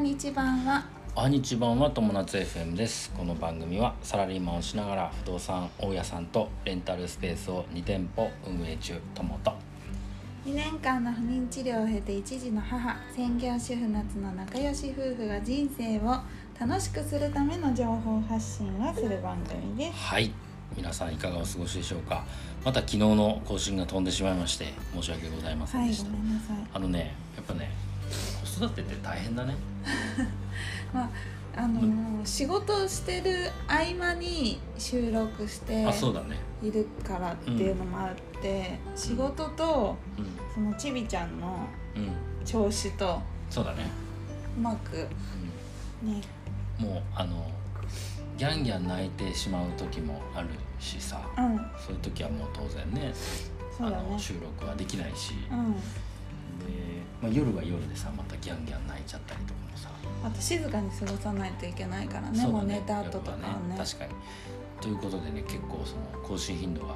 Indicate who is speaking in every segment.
Speaker 1: 日版は
Speaker 2: あ日版は友達 FM ですこの番組はサラリーマンをしながら不動産大家さんとレンタルスペースを2店舗運営中友と
Speaker 1: 2年間の不妊治療を経て一児の母専業主婦夏の仲良し夫婦が人生を楽しくするための情報発信をする番組です
Speaker 2: はい皆さんいかがお過ごしでしょうかまた昨日の更新が飛んでしまいまして申し訳ございませ
Speaker 1: は
Speaker 2: ん
Speaker 1: い
Speaker 2: でし
Speaker 1: ご
Speaker 2: た、
Speaker 1: めんなさい
Speaker 2: あのねやっぱね子育てって大変だね
Speaker 1: まああのー仕事してる合間に収録して
Speaker 2: あそうだね
Speaker 1: いるからっていうのもあって、仕事と
Speaker 2: う
Speaker 1: そのちびちゃんの
Speaker 2: んうん
Speaker 1: 調子と
Speaker 2: そうだね、
Speaker 1: うまくね
Speaker 2: うん、もうあのギャンギャン泣いてしまう時もあるしさ
Speaker 1: うん
Speaker 2: そういう時はもう当然ね
Speaker 1: そうだ
Speaker 2: あの
Speaker 1: ね
Speaker 2: 収録はできないし、
Speaker 1: う
Speaker 2: で、
Speaker 1: ん
Speaker 2: まあ、夜は夜でさまたギャンギャン泣いちゃったりとかもさ、
Speaker 1: あと静かに過ごさないといけないからね
Speaker 2: そう
Speaker 1: も
Speaker 2: だ
Speaker 1: う寝
Speaker 2: ね
Speaker 1: た後とかはね
Speaker 2: 夜は確かにということでね結構その更新頻度が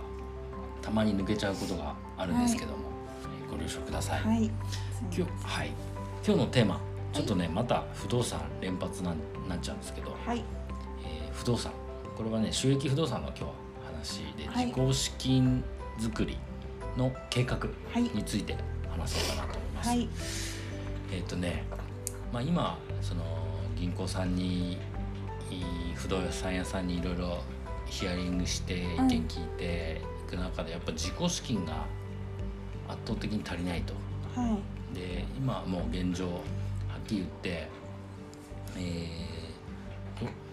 Speaker 2: たまに抜けちゃうことがあるんですけども、えーご了承ください、
Speaker 1: はい
Speaker 2: 今日はい、今日のテーマちょっとね、また不動産連発なんなっちゃうんですけど、
Speaker 1: はい
Speaker 2: えー不動産これはね収益不動産の今日は話で、
Speaker 1: はい
Speaker 2: 自己資金作りの計画
Speaker 1: はい
Speaker 2: について話そうかなと思います。
Speaker 1: はい
Speaker 2: えっ、とね、まあ、今その銀行さんにい不動産屋さんにいろいろヒアリングして意
Speaker 1: うん
Speaker 2: 見聞いていく中でやっぱ自己資金が圧倒的に足りないと。
Speaker 1: はい
Speaker 2: で今もう現状はっきり言って、え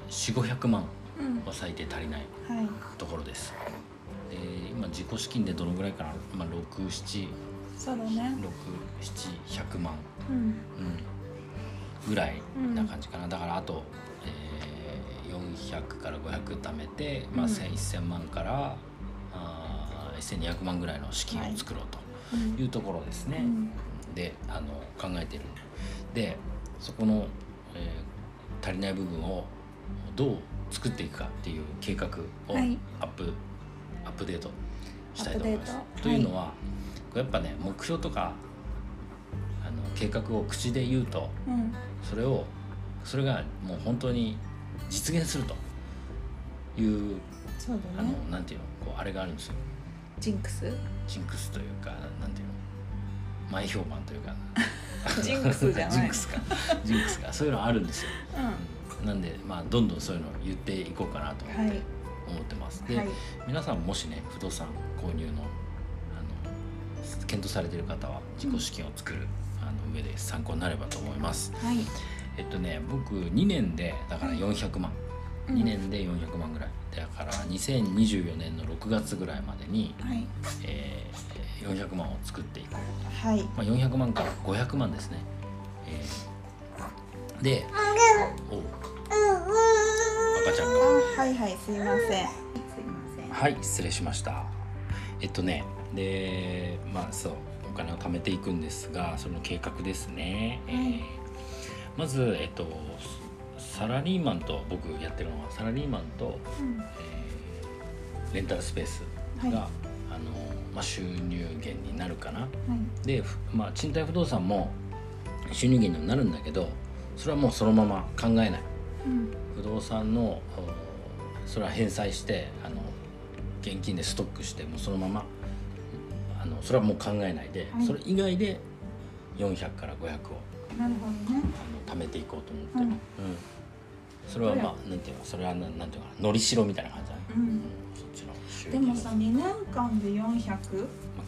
Speaker 2: ー、4500万
Speaker 1: うん
Speaker 2: は最低足りない
Speaker 1: はい
Speaker 2: ところです。で今自己資金でどのぐらいかな、まあ、67、
Speaker 1: そうだね
Speaker 2: 6700万
Speaker 1: うん
Speaker 2: うん、ぐらいな感じかな、だからあと、えー400から500貯めて、まあ、
Speaker 1: うん
Speaker 2: 1000 1000万から、あー1200万ぐらいの資金を作ろう
Speaker 1: う
Speaker 2: とい
Speaker 1: ん
Speaker 2: うところですね、
Speaker 1: うん
Speaker 2: であの考えてるでそこの、えー足りない部分をどう作っていくかっていう計画をア
Speaker 1: は
Speaker 2: ッ
Speaker 1: い
Speaker 2: プ、アップデートしたいと思います。
Speaker 1: アップデート
Speaker 2: というのは、やっぱね目標とかあの計画を口で言うと
Speaker 1: うん
Speaker 2: それをそれがもう本当に実現するという
Speaker 1: そう
Speaker 2: あ
Speaker 1: だ
Speaker 2: の、
Speaker 1: ね
Speaker 2: なんていうのこうあれがあるんですよ
Speaker 1: ジンク ス
Speaker 2: ジンクスというかなんていうの前評判というか
Speaker 1: ジンクスじゃない
Speaker 2: ジンクスかジンクスかそういうのあるんですよ
Speaker 1: うん
Speaker 2: なんでまあどんどんそういうのを言っていこうかなと思って,、
Speaker 1: はい
Speaker 2: 思ってますで、
Speaker 1: はい
Speaker 2: 皆さんもしね不動産購入のあの検討されている方は自己資金を作る、あの上で参考になればと思います
Speaker 1: はい
Speaker 2: えっとね僕2年でだから400万、
Speaker 1: うん
Speaker 2: 2年で400万ぐらいだから2024年の6月ぐらいまでに、
Speaker 1: はい
Speaker 2: えー400万を作っていこう
Speaker 1: はい
Speaker 2: まあ、400万から500万ですね、えーでおう赤ちゃん
Speaker 1: あ
Speaker 2: が
Speaker 1: はいはいすいませんすいません
Speaker 2: はい失礼しましたえっとねでまあそうお金を貯めていくんですがその計画ですね、えー
Speaker 1: はい
Speaker 2: まずえっとサラリーマンと僕やってるのはサラリーマンと、
Speaker 1: うん
Speaker 2: えーレンタルスペース
Speaker 1: はい
Speaker 2: が、
Speaker 1: は
Speaker 2: あのまあ、収入源になるかな、
Speaker 1: い
Speaker 2: で、ふまあ、賃貸不動産も収入源にもなるんだけどそれはもうそのまま考えない
Speaker 1: うん
Speaker 2: 不動産のおそれは返済してあの現金でストックしてもうそのままあのそれはもう考えないで、
Speaker 1: はい
Speaker 2: それ以外で400から500を
Speaker 1: なるほどね
Speaker 2: あの貯めていこうと思って
Speaker 1: う
Speaker 2: る、
Speaker 1: ん
Speaker 2: うんそれはまあなんていうのそれはななんていうのかなのりしろみたいな感じだね、
Speaker 1: う
Speaker 2: うん
Speaker 1: ん
Speaker 2: そっちの収益
Speaker 1: でもさ2年間で 400?
Speaker 2: まあ、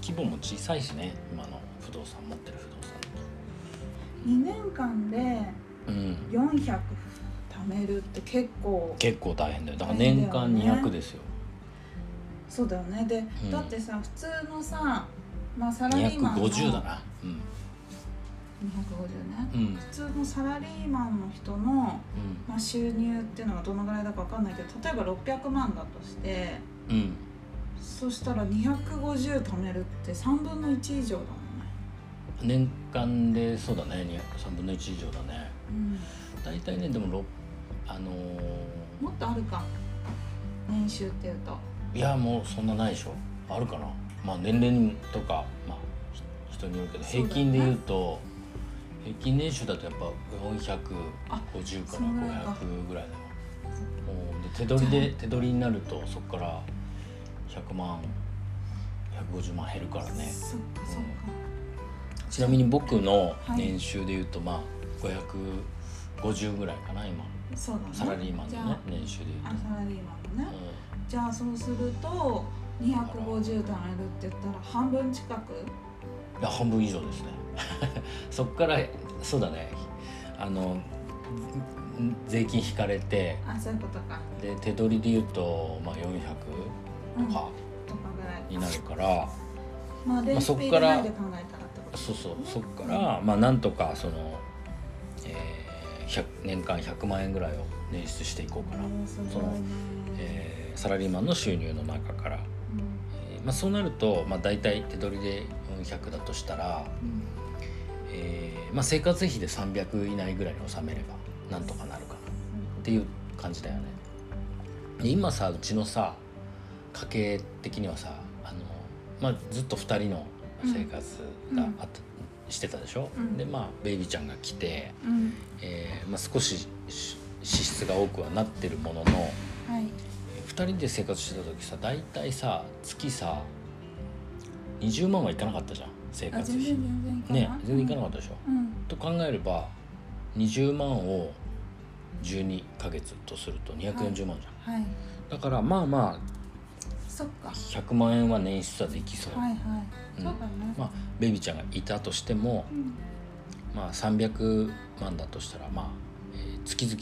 Speaker 2: 規模も小さいしね今の不動産持ってる不動
Speaker 1: 2年間で
Speaker 2: 産うん
Speaker 1: 400貯めるって結構
Speaker 2: 結構大変だよだから
Speaker 1: 大変
Speaker 2: 年
Speaker 1: だよ
Speaker 2: 間
Speaker 1: ね
Speaker 2: 200ですよ
Speaker 1: そうだよねで、
Speaker 2: うん
Speaker 1: だってさ普通のさ、まあ、サラリーマンの
Speaker 2: 250だなうん
Speaker 1: 250ね
Speaker 2: うん
Speaker 1: 普通のサラリーマンの人の、まあ、収入っていうのがどのぐらいだか分かんないけど例えば600万だとして
Speaker 2: うんうん
Speaker 1: そしたら250貯めるって3分の1以上だもんね、
Speaker 2: 年間でそうだね3分の1以上だね大体ねでもろあの
Speaker 1: うん、もっとあるか年収っていうと
Speaker 2: ーいやもうそんなないでしょあるかなまあ年齢とかまあひ人によるけど
Speaker 1: そうだ
Speaker 2: 平
Speaker 1: ね
Speaker 2: 均で言うと平均年収だとやっぱ
Speaker 1: あ
Speaker 2: 450か
Speaker 1: そのぐらい
Speaker 2: ら
Speaker 1: か
Speaker 2: 500ぐらいだなもうで手取りで手取りになるとそこから100万150万減るからね
Speaker 1: そっかそっか
Speaker 2: ちなみに僕の
Speaker 1: はい
Speaker 2: 年収でいうとまあ550ぐらいかな今
Speaker 1: そうだね
Speaker 2: サラリーマン
Speaker 1: じ
Speaker 2: の
Speaker 1: ゃ
Speaker 2: ね年収でいう
Speaker 1: あ
Speaker 2: と
Speaker 1: あサラリーマンのね、
Speaker 2: うん
Speaker 1: じゃあそうすると250貯めるって言ったら半分近く
Speaker 2: いや半分以上ですね そっからそうだねあのん税金引かれて
Speaker 1: あそういうことか、
Speaker 2: で手取りで言うと、まあ、400
Speaker 1: うん、
Speaker 2: とか
Speaker 1: とかぐらい
Speaker 2: になるから、
Speaker 1: まあ電
Speaker 2: まあ
Speaker 1: 費
Speaker 2: そっ
Speaker 1: 入
Speaker 2: か
Speaker 1: れ
Speaker 2: ら
Speaker 1: ないで考えたらってこと
Speaker 2: そうそうそっから、まあ、なんとかその、えー100年間100万円ぐらいを捻出していこうかな、
Speaker 1: うんす
Speaker 2: そ
Speaker 1: ごい
Speaker 2: の
Speaker 1: ね、
Speaker 2: えーサラリーマンの収入の中から、えーまあ、そうなると、まあ、大体手取りで400だとしたら、
Speaker 1: うん
Speaker 2: えーまあ、生活費で300以内ぐらいに収めればなんとかなるかなっていう感じだよねで今さうちのさ家計的にはさあの、まあ、ずっと2人の生活があった、してたでしょ、
Speaker 1: うん
Speaker 2: でまあベイビーちゃんが来て、
Speaker 1: うん、うん
Speaker 2: えーまあ、少しし支出が多くはなってるものの、
Speaker 1: はい
Speaker 2: 2人で生活してた時さ大体さ月さ20万はいかなかったじゃん生
Speaker 1: あ
Speaker 2: 活
Speaker 1: 全然全
Speaker 2: 費
Speaker 1: 然いかない
Speaker 2: ね全然いかなかったでしょ、
Speaker 1: うん、うん
Speaker 2: と考えれば20万を12ヶ月とすると240万じゃん、
Speaker 1: はい
Speaker 2: だからまあま
Speaker 1: そっか
Speaker 2: あ100万円は捻出はできそう、
Speaker 1: はいはい、
Speaker 2: うん
Speaker 1: そうだね、
Speaker 2: まあベイビーちゃんがいたとしても
Speaker 1: う、ん、
Speaker 2: まあ、300万だとしたらまあ、えー月々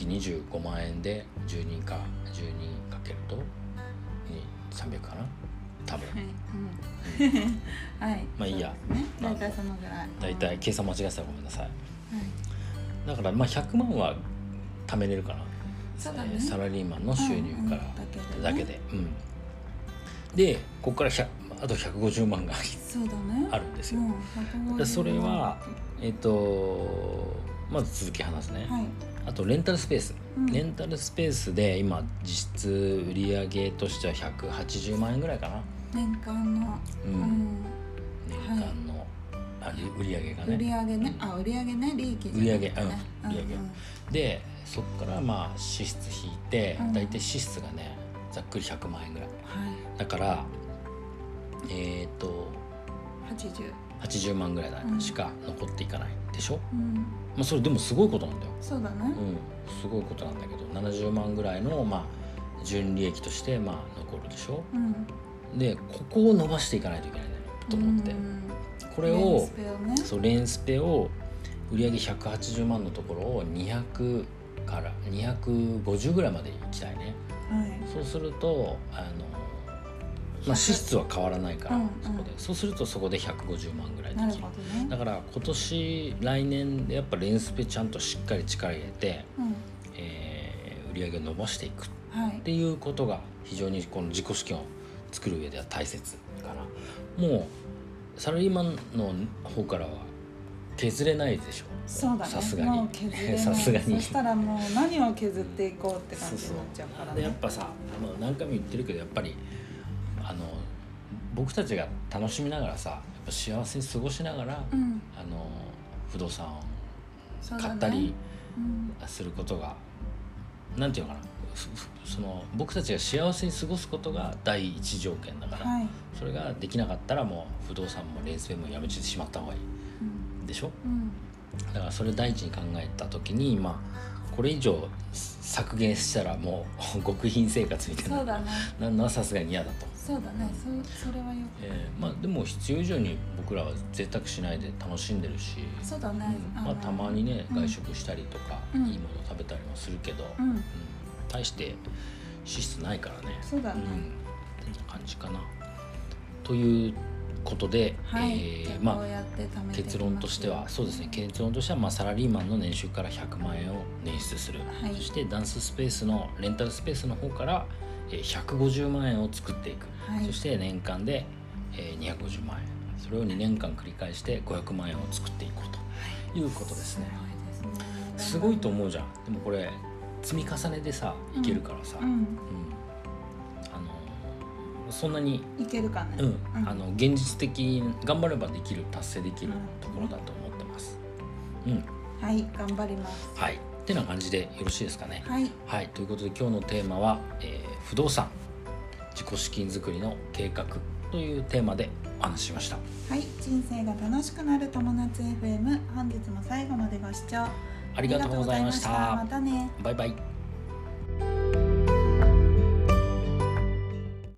Speaker 2: 25万円で12か12かけるとに300かな多分
Speaker 1: はい、うん、はい
Speaker 2: まあいいや
Speaker 1: そうですね大体そのぐらい
Speaker 2: 大体計算間違えてたらごめんなさい
Speaker 1: はい
Speaker 2: だからまあ100万は貯めれるかな、
Speaker 1: そうだね
Speaker 2: えーサラリーマンの収入から
Speaker 1: うんうん
Speaker 2: だけで、うんでここから100あと150万が
Speaker 1: そうだね
Speaker 2: あるんですよ、
Speaker 1: うん
Speaker 2: でそれはえっ、とまず続き話すね、
Speaker 1: はい、
Speaker 2: あとレンタルスペース、
Speaker 1: うん
Speaker 2: レンタルスペースで今実質売り上げとしては180万円ぐらいかな、
Speaker 1: 年間の、
Speaker 2: うん
Speaker 1: うん
Speaker 2: 年間の、あ売り上げがね
Speaker 1: 売り上げねあ売り上げね利益じゃなくてね
Speaker 2: 売り上げうん売り上げでそこからまあ支出引いて、
Speaker 1: うん
Speaker 2: 大体支出がねざっくり100万円ぐらい
Speaker 1: は
Speaker 2: だからえっ、と
Speaker 1: い八十
Speaker 2: 80万ぐらいだ
Speaker 1: うん
Speaker 2: しか残っていかないでしょ、
Speaker 1: うん
Speaker 2: まあ、それでもすごいことなんだよ、
Speaker 1: そうだね、
Speaker 2: うん、すごいことなんだけど70万ぐらいのまあ純利益としてまあ残るでしょ
Speaker 1: うん、
Speaker 2: でここを伸ばしていかないといけないんだよと思って、
Speaker 1: うん
Speaker 2: これ
Speaker 1: レン
Speaker 2: を
Speaker 1: スペをね
Speaker 2: そうレンスペを売り上げ180万のところを200から250ぐらいまで行きたいね
Speaker 1: はい
Speaker 2: そうするとあの、まあ、支出は変わらないから、
Speaker 1: うんうん
Speaker 2: そこでそうするとそこで150万ぐらいで
Speaker 1: なる
Speaker 2: きる
Speaker 1: ほどね
Speaker 2: だから今年来年でやっぱレンスペちゃんとしっかり力入れて、
Speaker 1: うん
Speaker 2: えー売り上げを伸ばしていくっ
Speaker 1: はい
Speaker 2: ていうことが非常にこの自己資金を作る上では大切かなもうサラリーマンの方からは削れないでしょ
Speaker 1: そうだね
Speaker 2: さすがに
Speaker 1: もう削れない
Speaker 2: さすがに
Speaker 1: そしたらもう何を削っていこうって
Speaker 2: そ
Speaker 1: 感
Speaker 2: う
Speaker 1: じ
Speaker 2: そ
Speaker 1: になっちゃうから
Speaker 2: うでやっ
Speaker 1: ね
Speaker 2: ぱさもう何回も言ってるけどやっぱりあの僕たちが楽しみながらさやっぱ幸せに過ごしながら、
Speaker 1: うん
Speaker 2: あの不動産
Speaker 1: そ
Speaker 2: を
Speaker 1: うだね
Speaker 2: 買ったり
Speaker 1: うん
Speaker 2: することが、なんていうのかなふふその僕たちが幸せに過ごすことが第一条件だから、
Speaker 1: はい
Speaker 2: それができなかったらもう不動産も冷静もやめてしまった方がいい
Speaker 1: うん
Speaker 2: でしょ
Speaker 1: うん
Speaker 2: だからそれ第一に考えた時にまあこれ以上削減したらもう極貧生活みたい
Speaker 1: そう
Speaker 2: な
Speaker 1: だね
Speaker 2: なるのはさすがに嫌だと、
Speaker 1: そうだねそそれはよく
Speaker 2: えーまあでも必要以上に僕らは贅沢しないで楽しんでるし、
Speaker 1: そうだね
Speaker 2: うん、
Speaker 1: の
Speaker 2: まあ、たまにね
Speaker 1: うん
Speaker 2: 外食したりとか、
Speaker 1: うん
Speaker 2: いいもの食べたりもするけど、
Speaker 1: う
Speaker 2: うん
Speaker 1: ん
Speaker 2: 大して支出ないからね
Speaker 1: そうだ
Speaker 2: う
Speaker 1: ね
Speaker 2: んってな感じかな。ということで、
Speaker 1: はい
Speaker 2: え
Speaker 1: じゃ
Speaker 2: ー
Speaker 1: あこ
Speaker 2: ま
Speaker 1: うやって貯めてい
Speaker 2: あ
Speaker 1: きます
Speaker 2: 結論としてはそうですね結論としては、まあ、サラリーマンの年収から100万円を捻出する、
Speaker 1: はい
Speaker 2: そしてダンススペースのレンタルスペースの方から、えー150万円を作っていく、
Speaker 1: はい
Speaker 2: そして年間で、えー250万円それを2年間繰り返して500万円を作っていこうということですね。
Speaker 1: すごいですね
Speaker 2: すごいと思うじゃんでもこれ積み重ねでさいけるからさ、
Speaker 1: うん
Speaker 2: うんあのそんなに、
Speaker 1: いけるかね
Speaker 2: うん
Speaker 1: うん
Speaker 2: あの現実的に頑張ればできる達成できるところだと思ってます。うん、
Speaker 1: はい頑張ります
Speaker 2: はいってな感じでよろしいですかね
Speaker 1: はい
Speaker 2: はいということで今日のテーマは、えー不動産自己資金作りの計画というテーマでお話ししました
Speaker 1: はい人生が楽しくなる友達 FM 本日も最後までご視聴あ
Speaker 2: ありがとうございました
Speaker 1: りがとうございましたまたね
Speaker 2: バイバイ